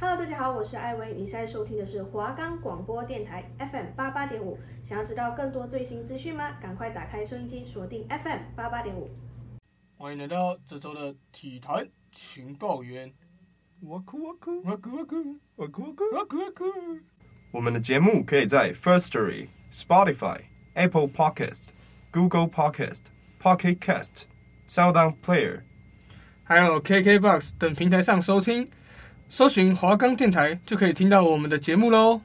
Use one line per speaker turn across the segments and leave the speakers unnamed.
Hello，大家好，我是艾薇，你现在收听的是华冈广播电台 FM 八八点五。想要知道更多最新资讯吗？赶快打开收音机，锁定 FM 八八点五。
欢迎来到这周的体坛情报员。
我哭我哭
哇咕哇咕
我哭我哭。
哇咕哇咕！
我们的节目可以在 First Story、Spotify、Apple Podcast、Google Podcast、Pocket Cast、Sound On Player。
还有 KKBox 等平台上收听，搜寻华冈电台就可以听到我们的节目喽。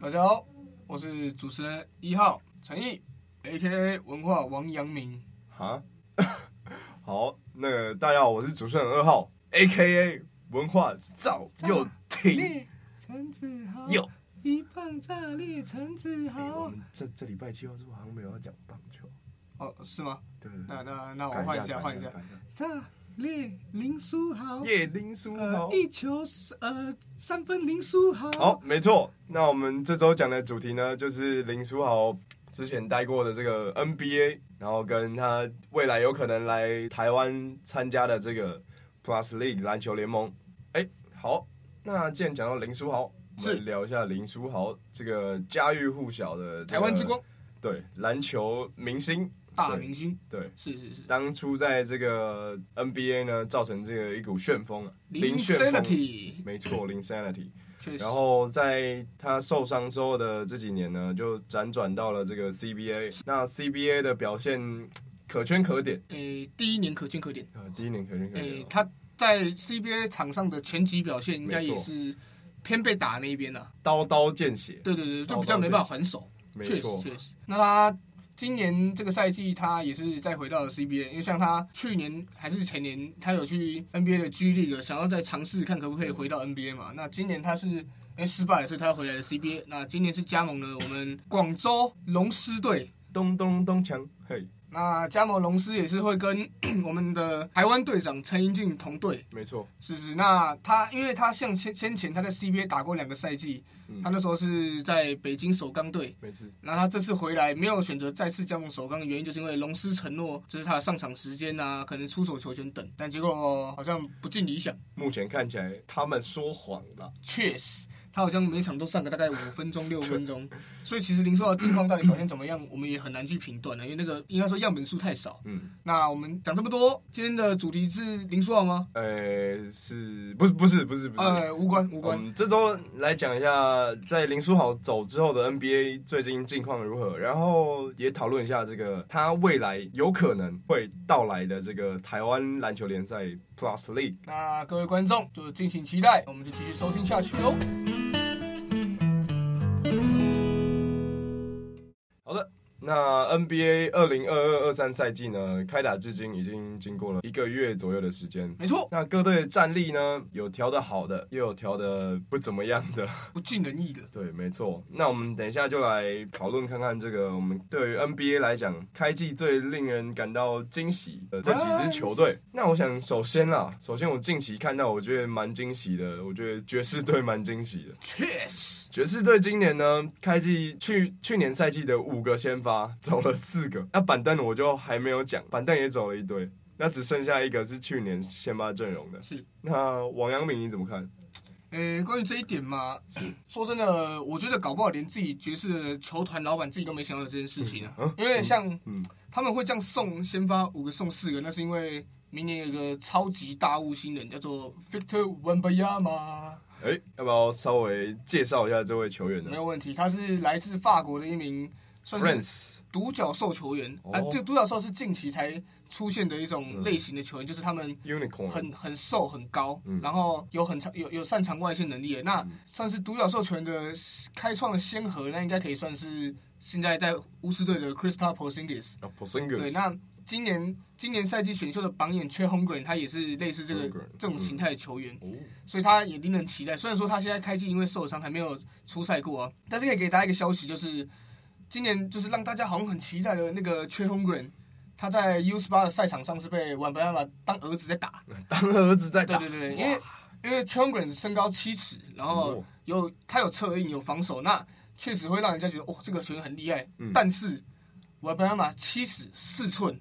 大家好，我是主持人一号陈毅，A.K.A 文化王阳明。
哈， 好，那个大家好，我是主持人二号，A.K.A 文化赵又廷。
烈陈子 豪
又，
一棒炸裂陈子
哎我
豪。
们这这礼拜七号是不是好像没有要讲棒球？
哦，是吗？
对不对
那？那那我
改
换一下，换一下。
改
炸裂林书豪，
叶林书豪
呃，。一球呃三分林书豪。
好，没错。那我们这周讲的主题呢，就是林书豪之前待过的这个 NBA，然后跟他未来有可能来台湾参加的这个 Plus League 篮球联盟。哎、好，那既然讲到林书豪，我
是
们聊一下林书豪这个家喻户晓的、
台湾之光，，
对篮球明星，
大明星，
对。
是是是。
当初在这个 NBA 呢，造成这个一股旋风啊，零旋风，
Sanity，
没错，零 Sanity。
确实。
然后在他受伤之后的这几年呢，就辗转到了这个 CBA。那 CBA 的表现嗯可圈可点，
诶，第一年可圈可点。
呃，第一年可圈可
诶
点，。
他在 CBA 场上的全击表现，应该
没错
也是偏被打那一边的、啊
刀刀见血，
对对对，就
刀
比较
刀
没
见
办
血
法还手。
没
确实
错，
确实。那他今年这个赛季，他也是再回到了 CBA，因为像他去年还是前年，他有去 NBA 的 G League，想要再尝试看可不可以回到 NBA 嘛。那今年他是因为失败了，所以他回来了 CBA。那今年是加盟了我们广州龙狮队。
咚咚咚锵，嘿，
那加盟龙狮也是会跟 我们的台湾队长陈英俊同队，
没错，
是是，那他因为他像先先前他在 CBA 打过两个赛季，
嗯
他那时候是在北京首钢队，
没事，
那他这次回来没有选择再次加盟首钢的原因，就是因为龙狮承诺，就是他的上场时间啊，可能出手球权等，但结果好像不尽理想。
目前看起来他们说谎了，
确实，他好像每场都上个大概五分钟、六分钟，所以其实林书豪近况到底表现怎么样，我们也很难去评断了，因为那个应该说样本数太少。
嗯，
那我们讲这么多，今天的主题是林书豪吗？
呃，是不是不是不是不是？
呃，无关无
我
关。
们嗯这周来讲一下，在林书豪走之后的 NBA 最近近况如何，然后也讨论一下这个他未来有可能会到来的这个台湾篮球联赛 Plus League。
那各位观众就敬请期待，我们就继续收听下去哦喽。
好的，那 NBA 二零二二二三赛季呢，开打至今已经经过了一个月左右的时间。
没错，
那各队的战力呢，有调的好的，也有调的不怎么样的。
不尽人意的。
对，没错。那我们等一下就来讨论看看这个，我们对于 NBA 来讲，开季最令人感到惊喜的这几支球队。那我想首先啦，首先我近期看到，我觉得蛮惊喜的，我觉得爵士队蛮惊喜的。
确实，
爵士队今年呢，开季去去年赛季的五个先发走了四个，那板凳我就还没有讲，板凳也走了一堆，那只剩下一个是去年先发阵容的。
是，
那王阳明你怎么看？
呃，关于这一点 嘛，说真的，我觉得搞不好连自己爵士的球团老板自己都没想到这件事情啊。
嗯
因为像
嗯
他们会这样送先发五个送四个，那是因为明年有一个超级大物新人叫做 Victor Wembanyama，
哎、要不要稍微介绍一下这位球员呢
没？有问题，他是来自法国的一名算是
France
独角兽球员
哦嗯
啊。这个独角兽是近期才出现的一种类型的球员，就是他们
Unicorn，
很很瘦很高，
嗯
然后有很长有有擅长外线能力的，那算是独角兽拳的开创的先河，那应该可以算是现在在巫师队的 Krista Porzingis。
啊 p o s i n g
对，那今年今年赛季选秀的榜眼 c h e Hongren，他也是类似这个
Holmgren，
这种形态的球员，
哦，
所以他也令人期待。虽然说他现在开季因为受伤还没有出赛过啊，但是可以给大家一个消息，就是今年就是让大家好像很期待的那个 c h e Hongren，他在 U 1 8的赛场上是被 w a m b a m a 当儿子在打。
当儿子在打，
对对对，
哇
因为因为 c h o n g r e n 身高七尺，然后
哦
有他有侧应有防守，那确实会让人家觉得哦，这个球员很厉害。
嗯
但是我本来嘛七十四寸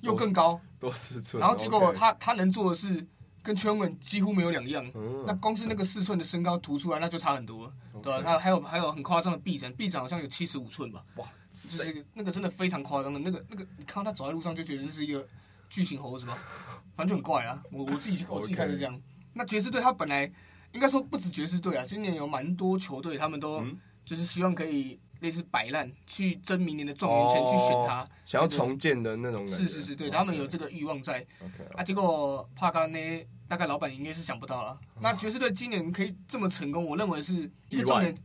又更高，
多四寸。
然后结果
哦 OK，
他他能做的是跟圈文几乎没有两样。
嗯
那光是那个四寸的身高凸出来，那就差很多了，对吧、他还有还有很夸张的臂展，臂展好像有七十五寸吧，
哇
就
塞，
是那个真的非常夸张的，那个那个，你看到他走在路上就觉得这是一个巨型猴子吧，反正就很怪啊。我我自己我自己看是这样。那爵士队他本来应该说不止爵士队啊，今年有蛮多球队他们都
嗯
就是希望可以类似摆烂去争明年的
哦
状元签去选他，
想要重建的那种感觉。
是是是，对他们有
嗯
这个欲望在。
OK，
啊，结果帕甘呢，大概老板应该是想不到
哦
了。那爵士队今年可以这么成功，我认为是一个重点，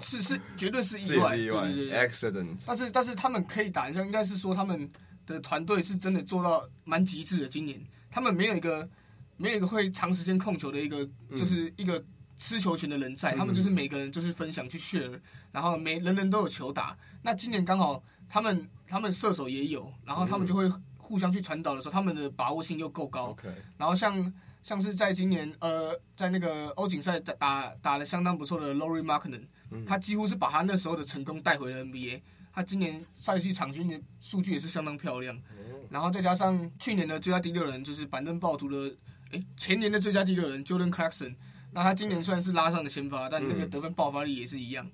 是是绝对是
是
意外，
也是意外
对对对。
，accident。
但是但是他们可以打赢仗，应该是说他们的团队是真的做到蛮极致的。今年他们没有一个没有一个会长时间控球的一个，
嗯
就是一个吃球权的人在，他们就是每个人就是分享去 share，然后每人人都有球打。那今年刚好他们他们射手也有，然后他们就会互相去传导的时候，他们的把握性又够高。
OK，
然后像像是在今年呃，在那个欧锦赛打打打的相当不错的 Lori Markman，、
嗯
他几乎是把他那时候的成功带回了 NBA。他今年赛季场均的数据也是相当漂亮，
哦
然后再加上去年的最佳第六人就是板凳暴徒的，诶，前年的最佳第六人 Jordan Clarkson，那他今年虽然是拉上了先发，但那个
嗯
得分爆发力也是一样。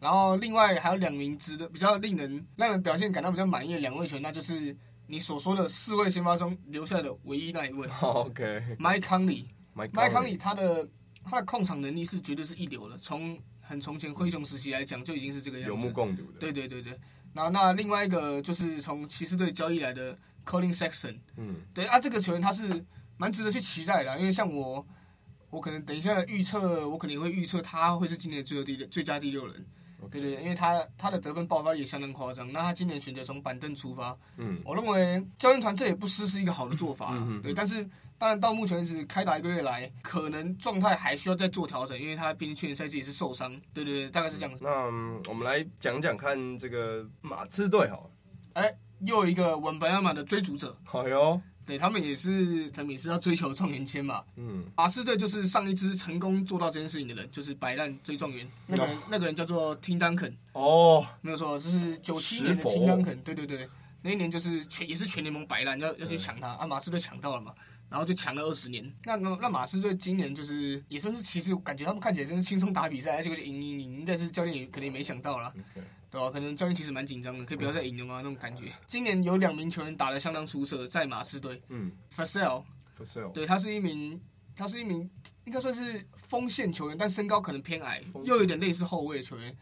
然后另外还有两名值得比较令人让人表现感到比较满意的两位球员，那就是你所说的四位先发中留下来的唯一那 一位，
OK，
麦康里，
麦
麦康里他的他的控场能力是绝对是一流的，从很从前灰熊时期来讲就已经是这个样子。
有目共睹的，
对对对对，然后那另外一个就是从骑士队交易来的 Colin Sexton，
嗯，
对啊，这个球员他是蛮值得去期待的啊，因为像我，我可能等一下预测，我可能也会预测他会是今年最后第六最佳第六人。
OK
对对，对因为他他的得分爆发力也相当夸张，那他今年选择从板凳出发，
嗯，
我认为教练团这也不失是一个好的做法啦、
嗯嗯嗯
对。但是当然到目前为止开打一个月来，可能状态还需要再做调整，因为他毕竟去年赛季也是受伤，对对对，大概是这样。
那嗯我们来讲讲看这个马刺队好了，
又有一个文本亚马的追逐者，
好哟，
对他们也是，他们也是要追求状元签嘛。
嗯，
马刺队就是上一支成功做到这件事情的人，就是白烂追状元，那个人、那个人叫做 Tim Duncan，
哦，
没有错，就是九七年的
石佛
Tim Duncan，对对对，那一年就是全也是全联盟白烂要要去抢他，啊马刺队抢到了嘛，然后就抢了二十年。那那那马刺队今年就是也算是，其实感觉他们看起来真是轻松打比赛，结果就赢赢赢，但是教练也可能也没想到啦。
OK
对吧、可能教练其实蛮紧张的，可以不要再赢了吗？那种感觉。今年有两名球员打得相当出色，在马刺队
嗯哦
f a s e l
，for sale，
对他是一名，他是一名应该算是锋线球员，但身高可能偏矮
锋，线
又有点类似后卫的球员。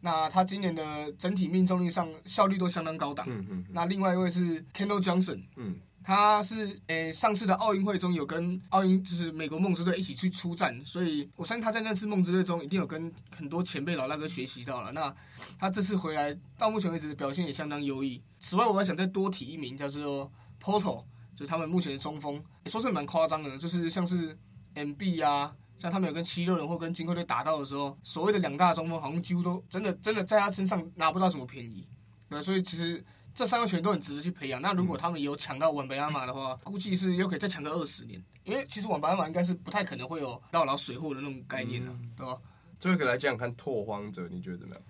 那他今年的整体命中率上效率都相当高档。
嗯嗯嗯
那另外一位是 Kendall Johnson，
嗯
他是诶、上次的奥运会中有跟奥运就是美国梦之队一起去出战，所以我相信他在那次梦之队中一定有跟很多前辈老大哥学习到了。那他这次回来到目前为止的表现也相当优异。此外，我还想再多提一名叫做 Porto，就是他们目前的中锋，也说是蛮夸张的，就是像是 MB 啊。像他们有跟七六人或跟金块队打到的时候，所谓的两大中锋好像几乎都真的真的在他身上拿不到什么便宜，对，所以其实这三个球员都很值得去培养。那如果他们有抢到晚白亚马的话，估计是又可以再抢个二十年，因为其实晚白亚马应该是不太可能会有到老水货的那种概念了、对吧？
最后一个来讲讲看拓荒者，你觉得怎么样？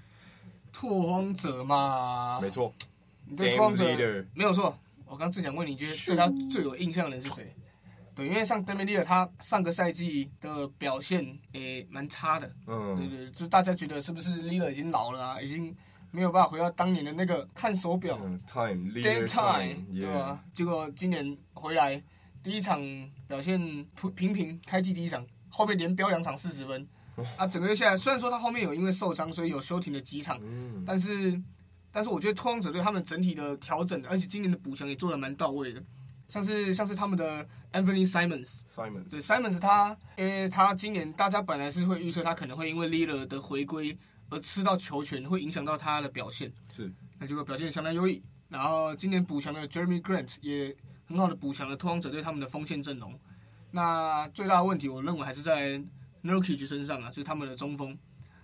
拓荒者嘛，
没错
你对拓
，Game
荒者
Leader，
没有错。我刚正想问你，觉得对他最有印象的人是谁？对，因为像 d e m i l i 他上个赛季的表现也蛮差的，对
嗯
对，就是大家觉得是不是 l i l a 已经老了啊，已经没有办法回到当年的那个看手表、
嗯，Time
Game
Leader
time，对吧、
Time，Yeah，
结果今年回来第一场表现普平平，开季第一场，后面连飙两场四十分，啊，整个月下来，虽然说他后面有因为受伤，所以有休停了几场，
嗯
但是但是我觉得拓荒者对他们整体的调整，而且今年的补强也做的蛮到位的，像是像是他们的 Anthony Simons。
，Simon，
对，Simons 他，因为他今年大家本来是会预测他可能会因为 l i l a 的回归而吃到球权，会影响到他的表现。
是，
那结果表现相当优异。然后今年补强的 Jeremy Grant 也很好的补强了拓荒者对他们的锋线阵容。那最大的问题，我认为还是在 Nurkic 身上啊，就是他们的中锋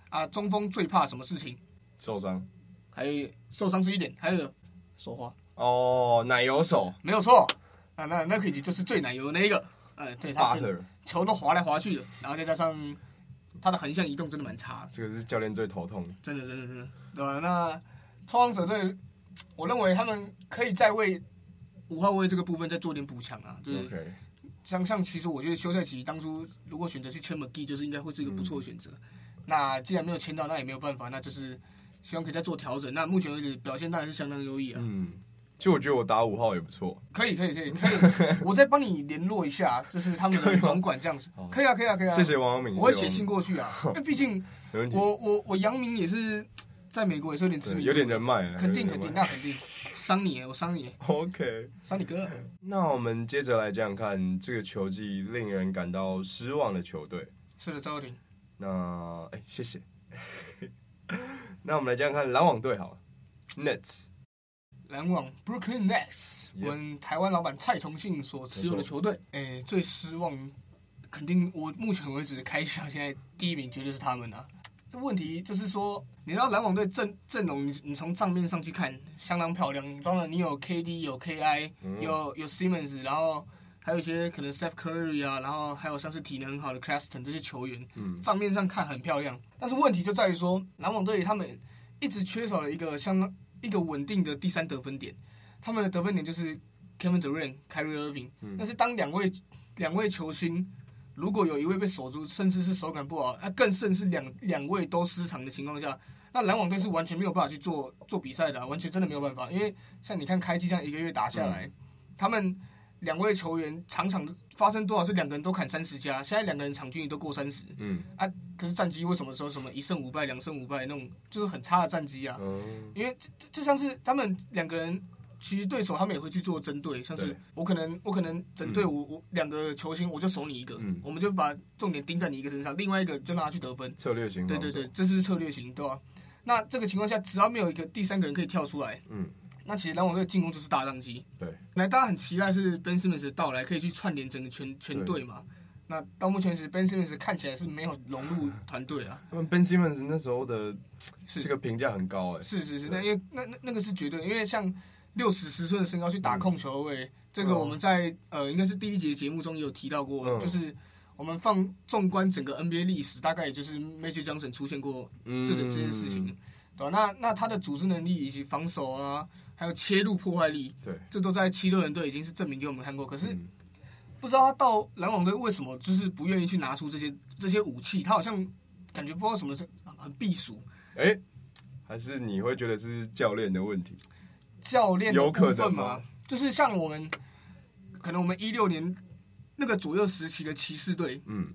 啊，中锋最怕什么事情？
受伤，
还有受伤是一点，还有手滑，
哦，奶油手
没有错。啊，那 Nurkic 就是最奶油的那一个，呃，对他进
，Butter，
球都滑来滑去的，然后再加上他的横向移动真的蛮差的，
这个是教练最头痛的。
真的真的真的，对吧、那冲浪者队，我认为他们可以再为五号位这个部分再做点补强啊，就是
OK，
像像其实我觉得休赛期当初如果选择去签 McGee，就是应该会是一个不错的选择。那既然没有签到，那也没有办法，那就是希望可以再做调整。那目前为止表现当然是相当优异啊，
嗯，其实我觉得我打五号也不错。
可以可以可以可 以，我再帮你联络一下，就是他们的总管这样子
哦，
可以啊可以啊可以啊，
谢谢王阳明，
我会写
谢谢王阳
信过去啊，因为毕竟
明没问题，
我我我杨明也是在美国也是有点知
对
名，
有点人，脉啊，
肯定
有
肯
点嗯
定
人脉
那肯定，伤你耶我伤你耶
OK，
伤你哥，
那我们接着来讲讲看这个球季令人感到失望的球队。
是的，周婷，
那哎、谢谢。 那我们来讲讲看篮网队好了，Nets
篮网 Brooklyn Nets，
嗯 Yep
我们台湾老板蔡崇信所持有的球队，哎，最失望，肯定我目前为止开销现在第一名绝对是他们啊。这问题就是说，你知道篮网队阵阵容，你你从账面上去看相当漂亮，当然你有 KD 有 KI
嗯
有有 Simmons，然后还有一些可能 Steph Curry 啊，然后还有像是体能很好的 Claxton 这些球员，
嗯
账面上看很漂亮，但是问题就在于说，篮网队他们一直缺少了一个相当一个稳定的第三得分点，他们的得分点就是 Kevin Durant、Kyrie Irving，、
嗯
但是当两位两位球星如果有一位被守住，甚至是手感不好，那更甚是两两位都失常的情况下，那篮网队是完全没有办法去做做比赛的啊、完全真的没有办法，因为像你看开机这样一个月打下来，
嗯
他们。两位球员场场发生多少是两个人都砍三十加，现在两个人场均也都过三十，
嗯
啊可是战绩为什么说什么一胜五败、两胜五败那种，就是很差的战绩啊？
嗯
因为就就就像是他们两个人，其实对手他们也会去做针对，像是
对
我可能我可能整队
嗯
我我两个球星我就守你一个，
嗯
我们就把重点盯在你一个身上，另外一个就让他去得分。
策略型，
对对对，，这是策略型，对吧、那这个情况下，只要没有一个第三个人可以跳出来，
嗯
那其实篮网队的进攻就是大宕机。
对，
本来大家很期待是 Ben Simmons 的到来，可以去串联整个全全队嘛。那到目前为止，Ben Simmons 看起来是没有融 入团队啊。
他们 Ben Simmons 那时候的
是
这个评价很高哎、
是是是，
对
那因为那那那个是绝对，因为像六十十寸的身高去打
嗯
控球位，这个我们在、呃应该是第一节节目中也有提到过，
嗯
就是我们放纵观整个 NBA 历史，大概也就是 Magic Johnson 出现过
嗯，
这种这件事情，对吧、那那他的组织能力以及防守啊，还有切入破坏力，
对，
这都在七六人队已经是证明给我们看过。可是
嗯
不知道他到篮网队为什么就是不愿意去拿出这些这些武器，他好像感觉不知道什么是很避暑。
哎、还是你会觉得是教练的问题？
教练的
有可
部分
能
嘛
吗，
就是像我们可能我们一六年那个左右时期的骑士队，
嗯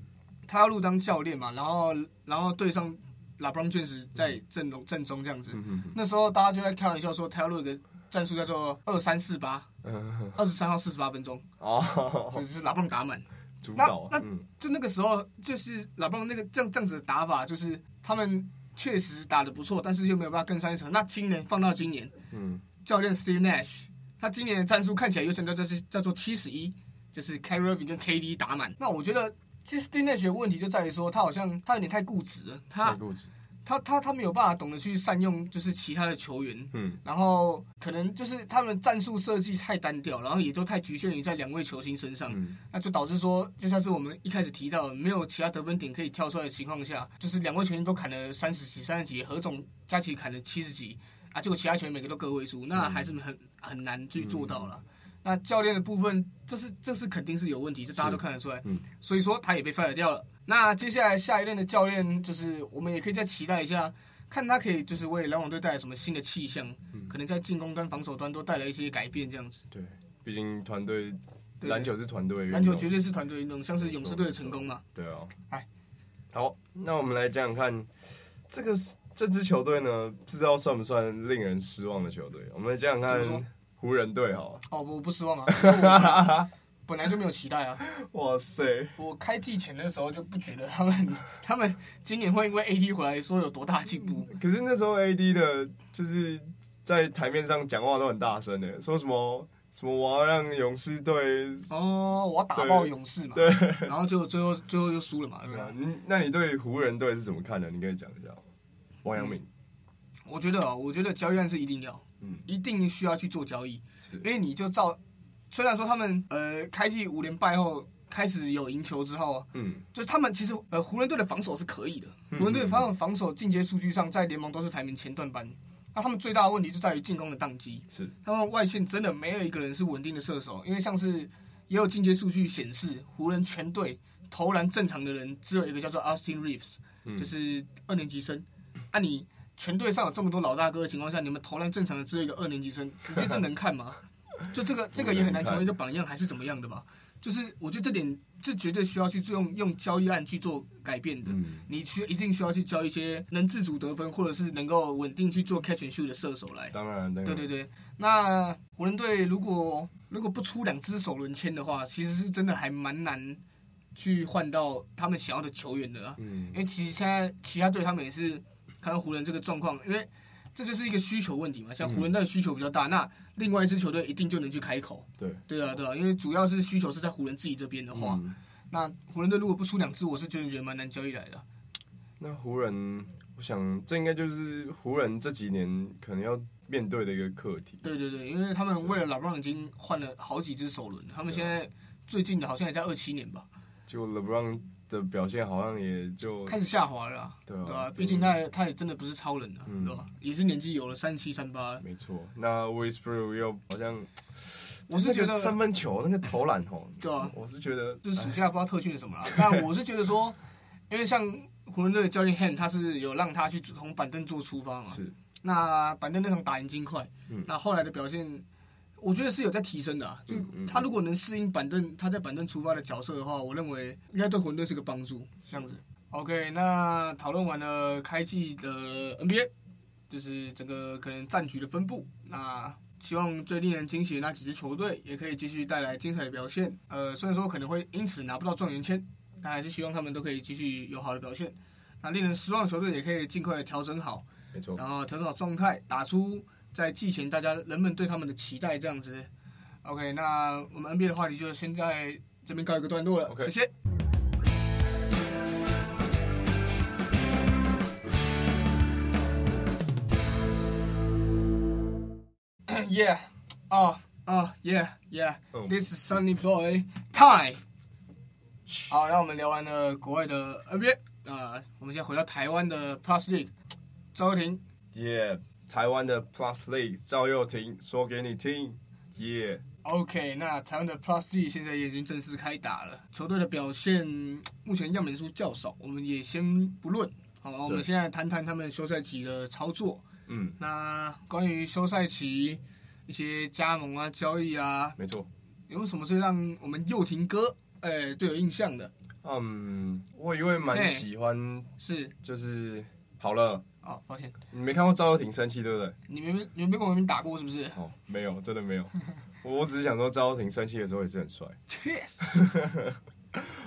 他要入当教练嘛，然后然后对上拉布朗卷士在阵中阵中这样子，
嗯嗯
那时候大家就在开玩笑说他要入一个战术叫做二三四八，
嗯，
二十三号四十八分钟，
哦，
就是拉布朗打满。
主导，
那
嗯
就那个时候，就是老布朗那个这样这样子的打法，就是他们确实打得不错，但是又没有办法更上一层。那今年放到今年，
嗯
教练 Steve Nash，他今年的战术看起来有点叫做叫做七十一，就是 Kyrie Irving 跟 KD 打满。那我觉得，其实 Steve Nash 的问题就在于说，他好像他有点太固执了，
太
他
固执，
他他他没有办法懂得去善用就是其他的球员。
嗯
然后可能就是他们战术设计太单调，然后也都太局限于在两位球星身上，
嗯
那就导致说，就像是我们一开始提到的，没有其他得分点可以跳出来的情况下，就是两位球员都砍了三十几、三十几，何总加起来砍了七十几啊，结果其他球员每个都个位数，
嗯
那还是很很难去做到了。那教练的部分，这是这是肯定是有问题，这大家都看得出来。
嗯
所以说他也被 fire 掉了。那接下来下一任的教练，就是我们也可以再期待一下，看他可以就是为篮网队带来什么新的气象，
嗯
可能在进攻端、防守端都带来一些改变，这样子。
对，毕竟团队
对
篮球是团队运动，
篮球绝对是团队运动，像是勇士队的成功嘛。
对哦，
哎，
好，那我们来讲讲看，这个这支球队呢，不知道算不算令人失望的球队？我们来讲讲
怎么
看湖人队好
哦，我不失望啊，因为我本 来本来就没有期待啊。
了，哇塞，
我开季前的时候就不觉得他们 他们今年会因为 AD 回来说有多大进步，
可是那时候 AD 的，就是在台面上讲话都很大声的，说什么什么我要让勇士队。
哦，我要打爆勇士嘛，
对，
然后就最后最后就输了嘛，对
对
吧
啊？你那你对湖人队是怎么看的？你可以讲一下吗。王阳明，
我觉得啊，我觉得交易案是一定要，
嗯
一定需要去做交易，
是
因为你就照，虽然说他们呃开季五连败后开始有赢球之后，
嗯，
就是他们其实呃湖人队的防守是可以的，
嗯
湖人队防防守进阶数据上在联盟都是排名前段班。那他们最大的问题就在于进攻的宕机，
是
他们外线真的没有一个人是稳定的射手，因为像是也有进阶数据显示，湖人全队投篮正常的人只有一个叫做 Austin Reeves，、
嗯
就是二年级生。啊，你全队上有这么多老大哥的情况下，你们投篮正常的只有一个二年级生，你觉得这能看 吗？就这个这个也很难成为一个榜样，还是怎么样的吧？就是我觉得这点这绝对需要去用用交易案去做改变的。
嗯
你需一定需要去交一些能自主得分，或者是能够稳定去做 catch and shoot 的射手来。
嗯当然，当
对
然，
对对，那湖人队如果如果不出两只首轮签的话，其实是真的还蛮难去换到他们想要的球员的、啊。因
嗯，
为其实现在其他队他们也是看到湖人这个状况，因为这就是一个需求问题嘛。像
嗯
湖人队的需求比较大，那另外一支球队一定就能去开口。
对，
对啊，对啊，因为主要是需求是在湖人自己这边的话，
嗯
那湖人队如果不出两支，我是觉得觉得蛮难交易来的。啊
那湖人，我想这应该就是湖人这几年可能要面对的一个课题。
对对对，因为他们为了老布朗已经换了好几支首轮，他们
对啊
现在最近的好像也在二七年吧，
就 LeBron 的表现好像也就
开始下滑了啊，
对
对吧、
啊，
毕竟他也他也真的不是超人啊，
嗯
对吧、也是年纪有了三七三八，
没错。那 w e s t b r o o 又好像
我是觉
那
得
个三哎分球那个投篮吼，
对啊
我是觉得
就是暑假不知道特训是什么啦，但我是觉得说，因为像湖人队的教练 Han 他是有让他去从板凳做出发嘛，
哎是
那板凳那场打赢金块，
嗯
那后来的表现，我觉得是有在提升的、啊。就
嗯嗯
他如果能适应板凳，他在板凳出发的角色的话，我认为应该对混队是个帮助。这样子。OK，那讨论完了开季的 NBA，就是整个可能战局的分布，那。希望最令人惊喜的那几支球队也可以继续带来精彩的表现。呃，虽然说可能会因此拿不到状元签，但还是希望他们都可以继续有好的表现。那令人失望的球队也可以尽快的调整好，
没错，
然后调整好状态，打出在季前大家人们对他们的期待这样子。OK，那我们 NBA 的话题就先在这边告一个段落了谢
OK
谢。yeah，哦哦，Yeah，Yeah，
嗯
This is Sunny Boy Time。好，那我们聊完了国外的 NBA，啊、我们先回到台湾的 Plus League。赵又廷，
耶！台湾的 Plus League 赵又廷说给你听，耶！
OK，那台湾的 Plus D 现在也已经正式开打了，球队的表现嗯目前样本数较少，我们也先不论。好，我们
对
现在谈谈他们休赛期的操作。
嗯，
那关于休赛期一些加盟啊、交易啊，
没错。
有没有什么是让我们佑廷哥哎、最有印象的？
嗯，我因为蛮喜欢，
是
就是好了，
哦，抱歉，
你没看过赵又廷生气，对不 对？
你们没你们没跟我们打过是不是
哦，没有，真的没有。我我只是想说，赵又廷生气的时候也是很帅。
？Yes，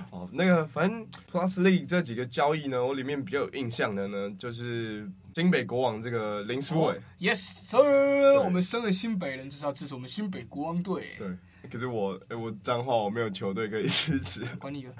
哦，那个反正 Plus League 这几个交易呢，我里面比较有印象的呢，就是金北国王这个林书伟。
Oh, ，Yes sir，我们身为新北人就是要支持我们新北国王队，
对，可是我哎、我彰化我没有球队可以支持。
管你的，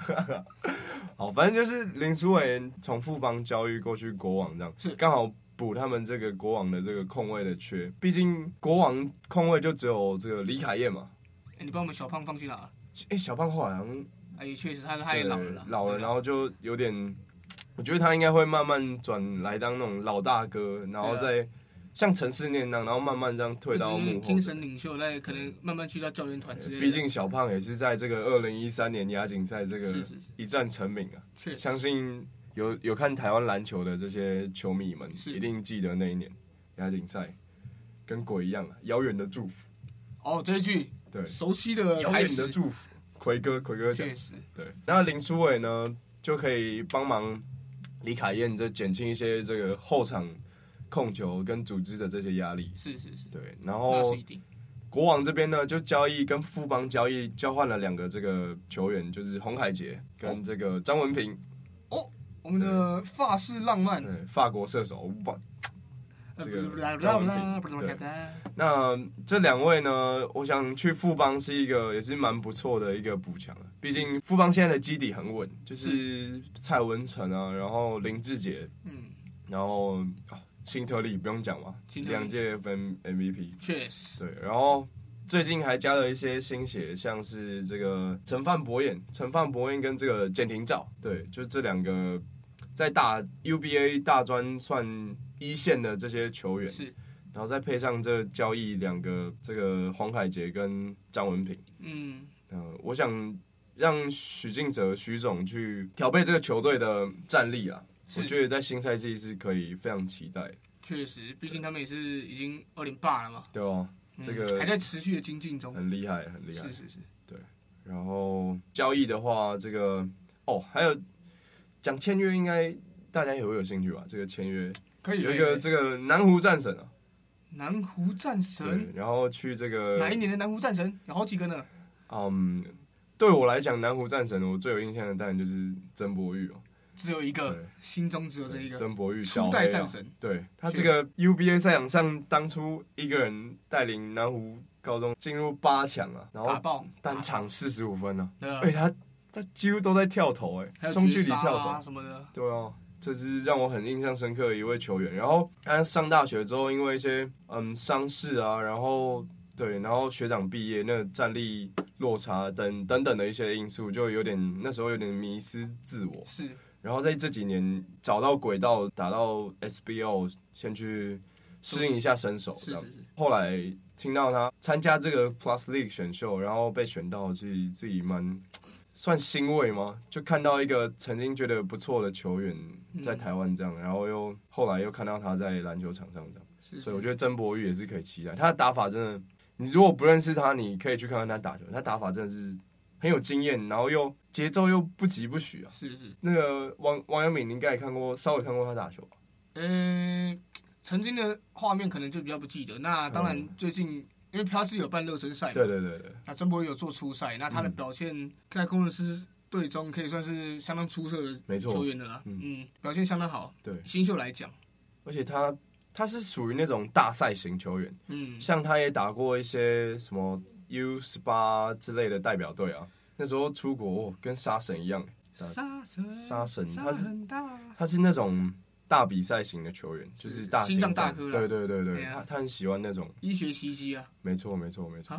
好，反正就是林书伟从富邦交易过去国王这样
是，
刚好补他们这个国王的这个空位的缺。毕竟国王空位就只有这个李凯燕嘛。
哎你帮我们小胖放去哪了？
哎、小胖后来好像
哎，也确实，他他也老了啦，
老了，
对
然后就有点，我觉得他应该会慢慢转来当那种老大哥，然后再像陈世念那样，然后慢慢这样退到
啊就
幕
是
后。
精神领袖，那可能慢慢去到教练团之类的。
毕竟小胖也是在这个二零一三年亚锦赛这个
是是是
一战成名啊，
确实
相信有有看台湾篮球的这些球迷们
是
一定记得那一年亚锦赛，跟鬼一样啊，遥远的祝福，
哦，这一句
对，
熟悉的
遥
台
远的
词，
祝福，奎哥，奎哥讲
确。实
对，那林书伟呢就可以帮忙李凯燕这减轻一些这个后场控球跟组织的这些压力。
是是是，
对，然
那
后
是一定。
国王这边呢就交易跟富邦交易交换了两个这个球员，就是洪凯杰跟这个张文平，
我们的法式浪漫，
对，法国射手。哇
呃
这个
不是不是
张文
不是
平
不是不是不是
那这两位呢，我想去富邦是一个也是蛮不错的一个补强啊，毕竟富邦现在的基底很稳，就是蔡文成啊，然后林志杰
嗯，
然后哦啊，辛特利不用讲嘛，
辛特利
两届 FM MVP，
确实
对，然后最近还加了一些新血，像是这个陈范博彦、陈范博彦跟这个简廷照，对，就这两个在大 UBA 大专算一线的这些球员，
是，
然后再配上这交易两个这个黄凯杰跟张文平，
嗯，
嗯、我想让许晋哲许总去调配这个球队的战力啊，
是
我觉得在新赛季是可以非常期待，
确实，毕竟他们也是已经二零八了嘛，
对哦，
嗯
这个
还在持续的精进中，
很厉害，很厉害
是。是是，
然后交易的话，这个哦，还有讲签约，应该大家也会有兴趣吧？这个签约
可以
有
可
一
以可
个
以
这个南湖战神啊，
南湖战神
对，，然后去这个
嗯哪一年的南湖战神？有好几个呢，
嗯，对我来讲，南湖战神我最有印象的当然就是曾博玉哦，
只有一个
对，
心中只有这一个，
曾博玉
初
小
代
黑
战
啊，
神，
对他
确实
这个 UBA 赛场上当初一个人带领南湖高中进入八强啊，然
打
后
爆
单场四十五分啊，
对啊
而且他他几乎都在跳投哎、
还有
中距
绝
离
杀
跳投
啊。什么的，
对啊，这是让我很印象深刻的一位球员。然后他上大学之后，因为一些嗯伤势啊，然后对，然后学长毕业，那战力落差等等等的一些因素，就有点那时候有点迷失自我。
是
然后在这几年找到轨道，打到 SBO，先去适应一下身手，这
是
样
是。是，
后来听到他参加这个 Plus League 选秀，然后被选到，自己自己蛮算欣慰吗？就看到一个曾经觉得不错的球员在台湾这样，然后又后来又看到他在篮球场上这样，
是
所以我
是
觉得曾博玉也是可以期待。他的打法真的，你如果不认识他，你可以去看看他打球，他打法真的是很有经验，然后又节奏又不急不徐啊。
是是，
那个王王阳明，你应该也看过，稍微看过他打球吧？
嗯，曾经的画面可能就比较不记得。那当然
嗯
最近。因为飘是有办热身赛嘛，
对嗯对对对，
那曾博有做初赛，那他的表现在工程师队中可以算是相当出色的
没错
球员了啦。
嗯
嗯，表现相当好。
对
新秀来讲，
而且他他是属于那种大赛型球员。
嗯，
像他也打过一些什么 U 十八之类的代表队啊。那时候出国、哦、跟沙神一样，
杀神，
杀神他是
很大，
他是那种大比赛型的球员，就是是大型
心脏
战
大哥啦
对对对对，
对啊
他他很喜欢那种，
医学奇迹啊，
没错没错没错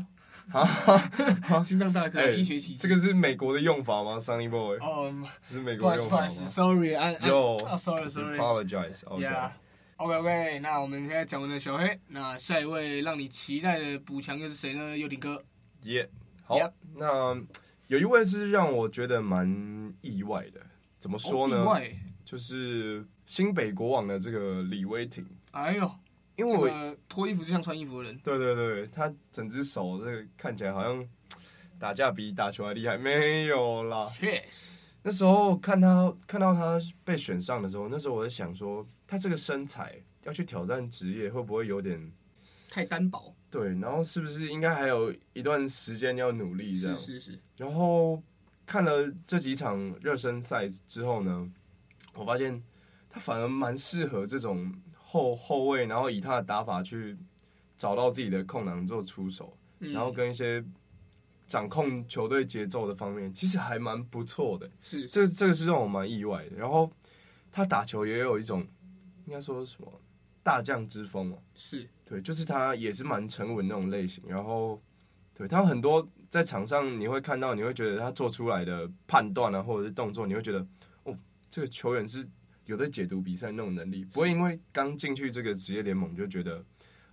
啊。
啊
心脏大哥，
哎
医学奇迹。
这个是美国的用法吗？Sunny Boy
哦，
是美
不好意
国的
思，
用
不
法
好
吗
意思，sorry，安安
？Yo，
啊，sorry sorry。
apologize。OK，
Yeah. OK OK，那我们现在讲完了小黑，那下一位让你期待的补强又是谁呢？佑林哥，哦
耶、好
Yep
那有一位是让我觉得蛮意外的，怎么说呢？
哦意外，
就是新北国王的这个李威霆，
哎呦，
因为
这
我、
个脱衣服就像穿衣服的人，
对对对，他整只手这个看起来好像打架比打球还厉害，没有啦。
确实，
那时候看他看到他被选上的时候，那时候我在想说，他这个身材要去挑战职业会不会有点
太单薄，
对？然后是不是应该还有一段时间要努力这
是
样？
是是，
然后看了这几场热身赛之后呢，我发现他反而蛮适合这种后后卫，然后以他的打法去找到自己的空档做出手，
嗯
然后跟一些掌控球队节奏的方面，其实还蛮不错的。
是
这这个是让我蛮意外的。然后他打球也有一种应该说什么大将之风哦、
是
对，就是他也是蛮沉稳那种类型，然后对他很多在场上你会看到，你会觉得他做出来的判断啊，或者是动作，你会觉得哦，这个球员是有在解读比赛那种能力，不会因为刚进去这个职业联盟就觉得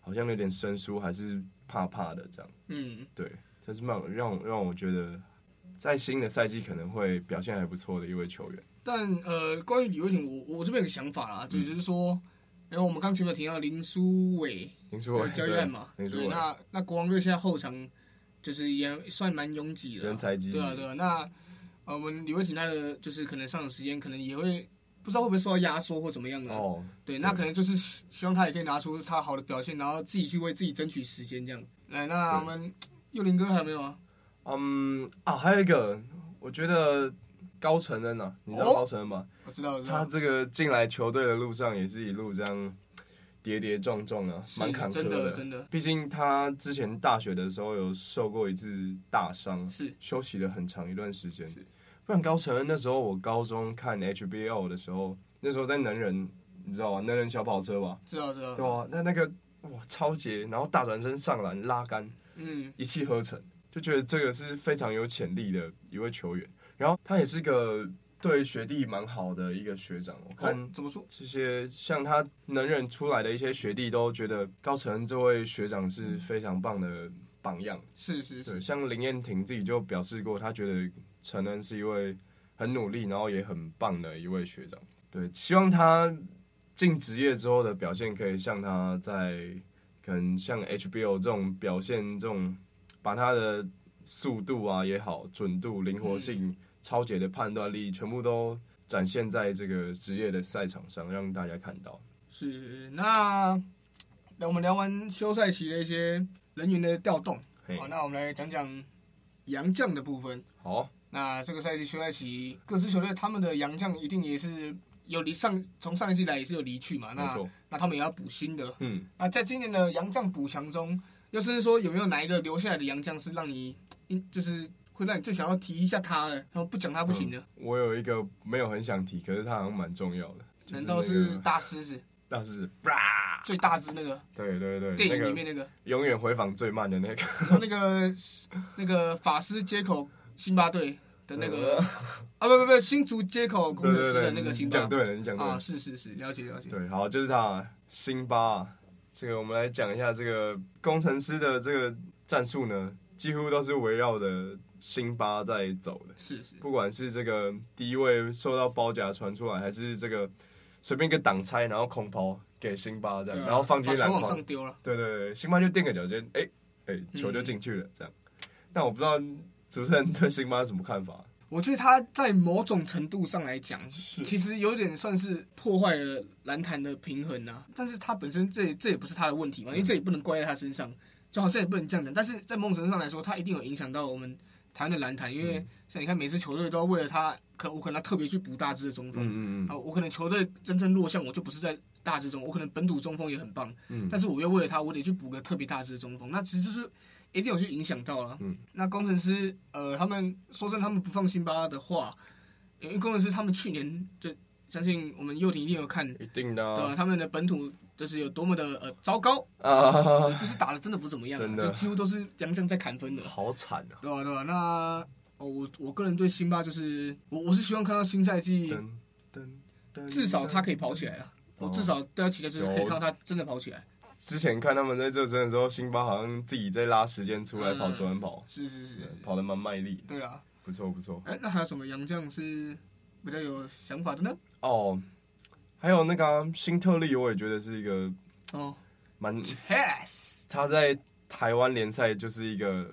好像有点生疏，还是怕怕的这样。
嗯，
对，这是让让让我觉得在新的赛季可能会表现还不错的一位球员。
但呃，关于李慧婷，我我这边有个想法
嗯
啦，就只是说，因为我们刚前面有提到林书伟
林书
的
伟
交易案嘛，
林书
对
伟
那那国王队现在后场就是也算蛮拥挤的啦，
人才济济
对啊对啊，那呃我们李慧婷她的就是可能上场时间可能也会不知道会不会受到压缩或怎么样的，啊
哦，
对，那
对
可能就是希希望他也可以拿出他好的表现，然后自己去为自己争取时间这样。来，那
对
我们佑林哥还有没有啊？
嗯啊，还有一个，我觉得高承恩啊，你知道
哦
高承恩吗？
我知道，我知
他
道，
这个进来球队的路上也是一路这样跌跌撞撞啊，
是
蛮坎坷
真的真的
毕竟他之前大学的时候有受过一次大伤，
是
休息了很长一段时间
是。
不然高承恩那时候我高中看 HBO 的时候，那时候在能人，你知道吧？能人小跑车吧？
知道知道，
对啊，那那个哇超节，然后大转身上篮拉杆，
嗯，
一气呵成，就觉得这个是非常有潜力的一位球员。然后他也是个对学弟蛮好的一个学长，我
哦
看
怎么说？
这些像他能忍出来的一些学弟都觉得高承恩这位学长是非常棒的榜样。
是是
对，
是，
像林彦廷自己就表示过，他觉得陈恩是一位很努力，然后也很棒的一位学长。对，希望他进职业之后的表现可以像他在可能像 HBO 这种表现，这种把他的速度啊也好、准度、灵活性、超节的判断力，全部都展现在这个职业的赛场上，让大家看到。
是是那那我们聊完休赛期的一些人员的调动，
嘿
好，，那我们来讲讲洋将的部分。
好，
那这个赛季休赛期，各支球队他们的洋将一定也是有离上从上一季来也是有离去嘛，
没
啊那
错，
那他们也要补新的。
嗯，
那在今年的洋将补强中，又是说有没有哪一个留下来的洋将是让你，嗯就是会让你最想要提一下他的，然后不讲他不行的？
我有一个没有很想提，可是他好像蛮重要的。就
难道
那个
是大狮子
但是，啪！
最大只那个
对对对，
电
那
影里
个
面那个，
永远回访最慢的那个，
然后那个那个法师接口辛巴队的那个啊不不不新竹接口工 程
对对
师
对，
的那个
你
辛巴
讲对了，你讲对
啊
了，
是是是了解了解
对，好，就是他，辛巴。啊这个我们来讲一下这个工程师的这个战术呢，几乎都是围绕着辛巴在走的，
是是
不管是这个第一位受到包夹传出来，还是这个随便一个挡拆然后空抛给辛巴这
对
样，
啊
然后放进
把
篮
球往
筐
上，丢了，
对对对，辛巴就垫个脚尖，哎、哎、球
嗯
就进去了、这样。但我不知道主持人对辛巴什么看法？
我觉得他在某种程度上来讲，
是
其实有点算是破坏了篮坛的平衡啊。但是他本身这这也不是他的问
嗯
题嘛，因为这也不能怪在他身上，就好像也不能这样讲。但是在某种程度上来说，他一定有影响到我们台湾的篮坛，因为
嗯
像你看，每支球队都要为了他，可我可能他特别去补大支的中锋。
嗯嗯
啊，我可能球队真正弱项，我就不是在大支中，我可能本土中锋也很棒，
嗯
但是我又为了他，我得去补个特别大支的中锋，那其实就是一定有去影响到了。
嗯，
那工程师，呃，他们说真的，他们不放辛巴的话，因为工程师他们去年就相信我们右廷一定有看，
一定的
对吧、
啊
他们的本土就是有多么的呃糟糕，
啊，
就是打的真的不怎么样、啊，
真的
就几乎都是杨将在砍分的。
好惨啊！
对啊，对啊，那。哦，我我个人对辛巴就是我我是希望看到新赛季
噔噔噔
至少他可以跑起来啊！我
哦
至少对他期待就是可以
有
看到他真的跑起来。
之前看他们在热身的时候，辛巴好像自己在拉时间出来
嗯
跑球篮跑，
是是是，
跑得蛮卖力的，
对啦。
不错不错。
哎、那还有什么洋将是比较有想法的呢？
哦，还有那个啊辛特利，我也觉得是一个
哦
蛮，
，Chess，
他在台湾联赛就是一个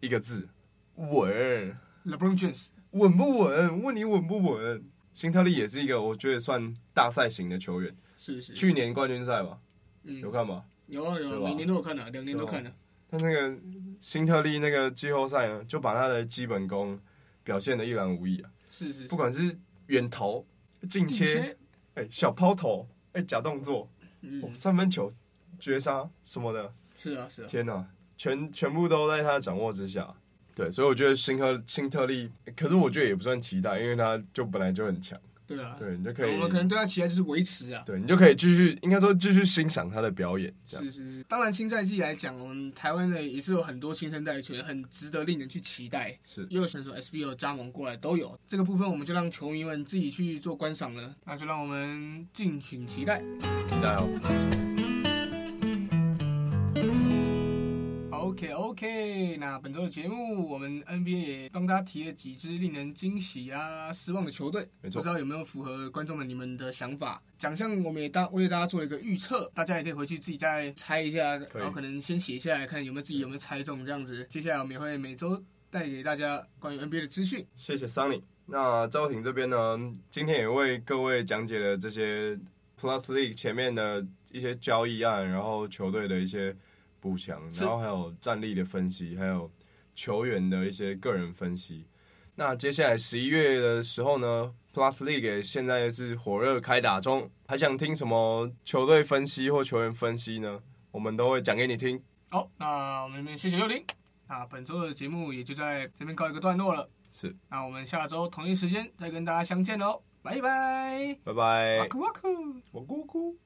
一个字稳，
LeBron James，
稳不稳？问你稳不稳？辛特利也是一个我觉得算大赛型的球员，
是是，
去年冠军赛吧，
嗯
有看吗？
有啊
对
有啊，
吧
每年都有看的、两年都看的、啊
但那个辛特利那个季后赛呢，就把他的基本功表现的一览无遗啊！
是是，
不管是远投、近
近
切，，哎、小抛投，哎、假动作，哦
嗯，
三分球、绝杀什么的，
是啊是啊，
天哪、全全部都在他的掌握之下。对，所以我觉得辛特辛特利，可是我觉得也不算期待，因为他就本来就很强。
对啊。
对，你就可以
我，们可能对他期待就是维持啊。
对你就可以继续，应该说继续欣赏他的表演，这样。
是是是，当然新赛季来讲，我们台湾的也是有很多新生代的球员，很值得令人去期待。
是，
也有选手 SBO 加盟过来都有。这个部分我们就让球迷们自己去做观赏了，那就让我们敬请期待。
期待哦。
OK OK，那本周的节目，我们 NBA 也帮大家提了几支令人惊喜啊、失望的球队，
没错
不知道有没有符合观众们你们的想法？奖项我们也大为大家做了一个预测，大家也可以回去自己再猜一下，
可以
然后可能先写下来，看有没有自己有没有猜中这样子。接下来我们也会每周带给大家关于 NBA 的资讯。
谢谢 Sunny。那赵婷这边呢，今天也为各位讲解了这些 Plus League 前面的一些交易案，然后球队的一些补强，
是
然后还有战力的分析，还有球员的一些个人分析。那接下来十一月的时候呢，Plus League 也现在是火热开打中，还想听什么球队分析或球员分析呢？我们都会讲给你听。
好，那我们谢谢幽灵，那本周的节目也就在这边告一个段落了。
是，
那我们下哦周同一时间再跟大家相见喽，拜拜，
拜拜
哇。酷哇酷。
我姑姑。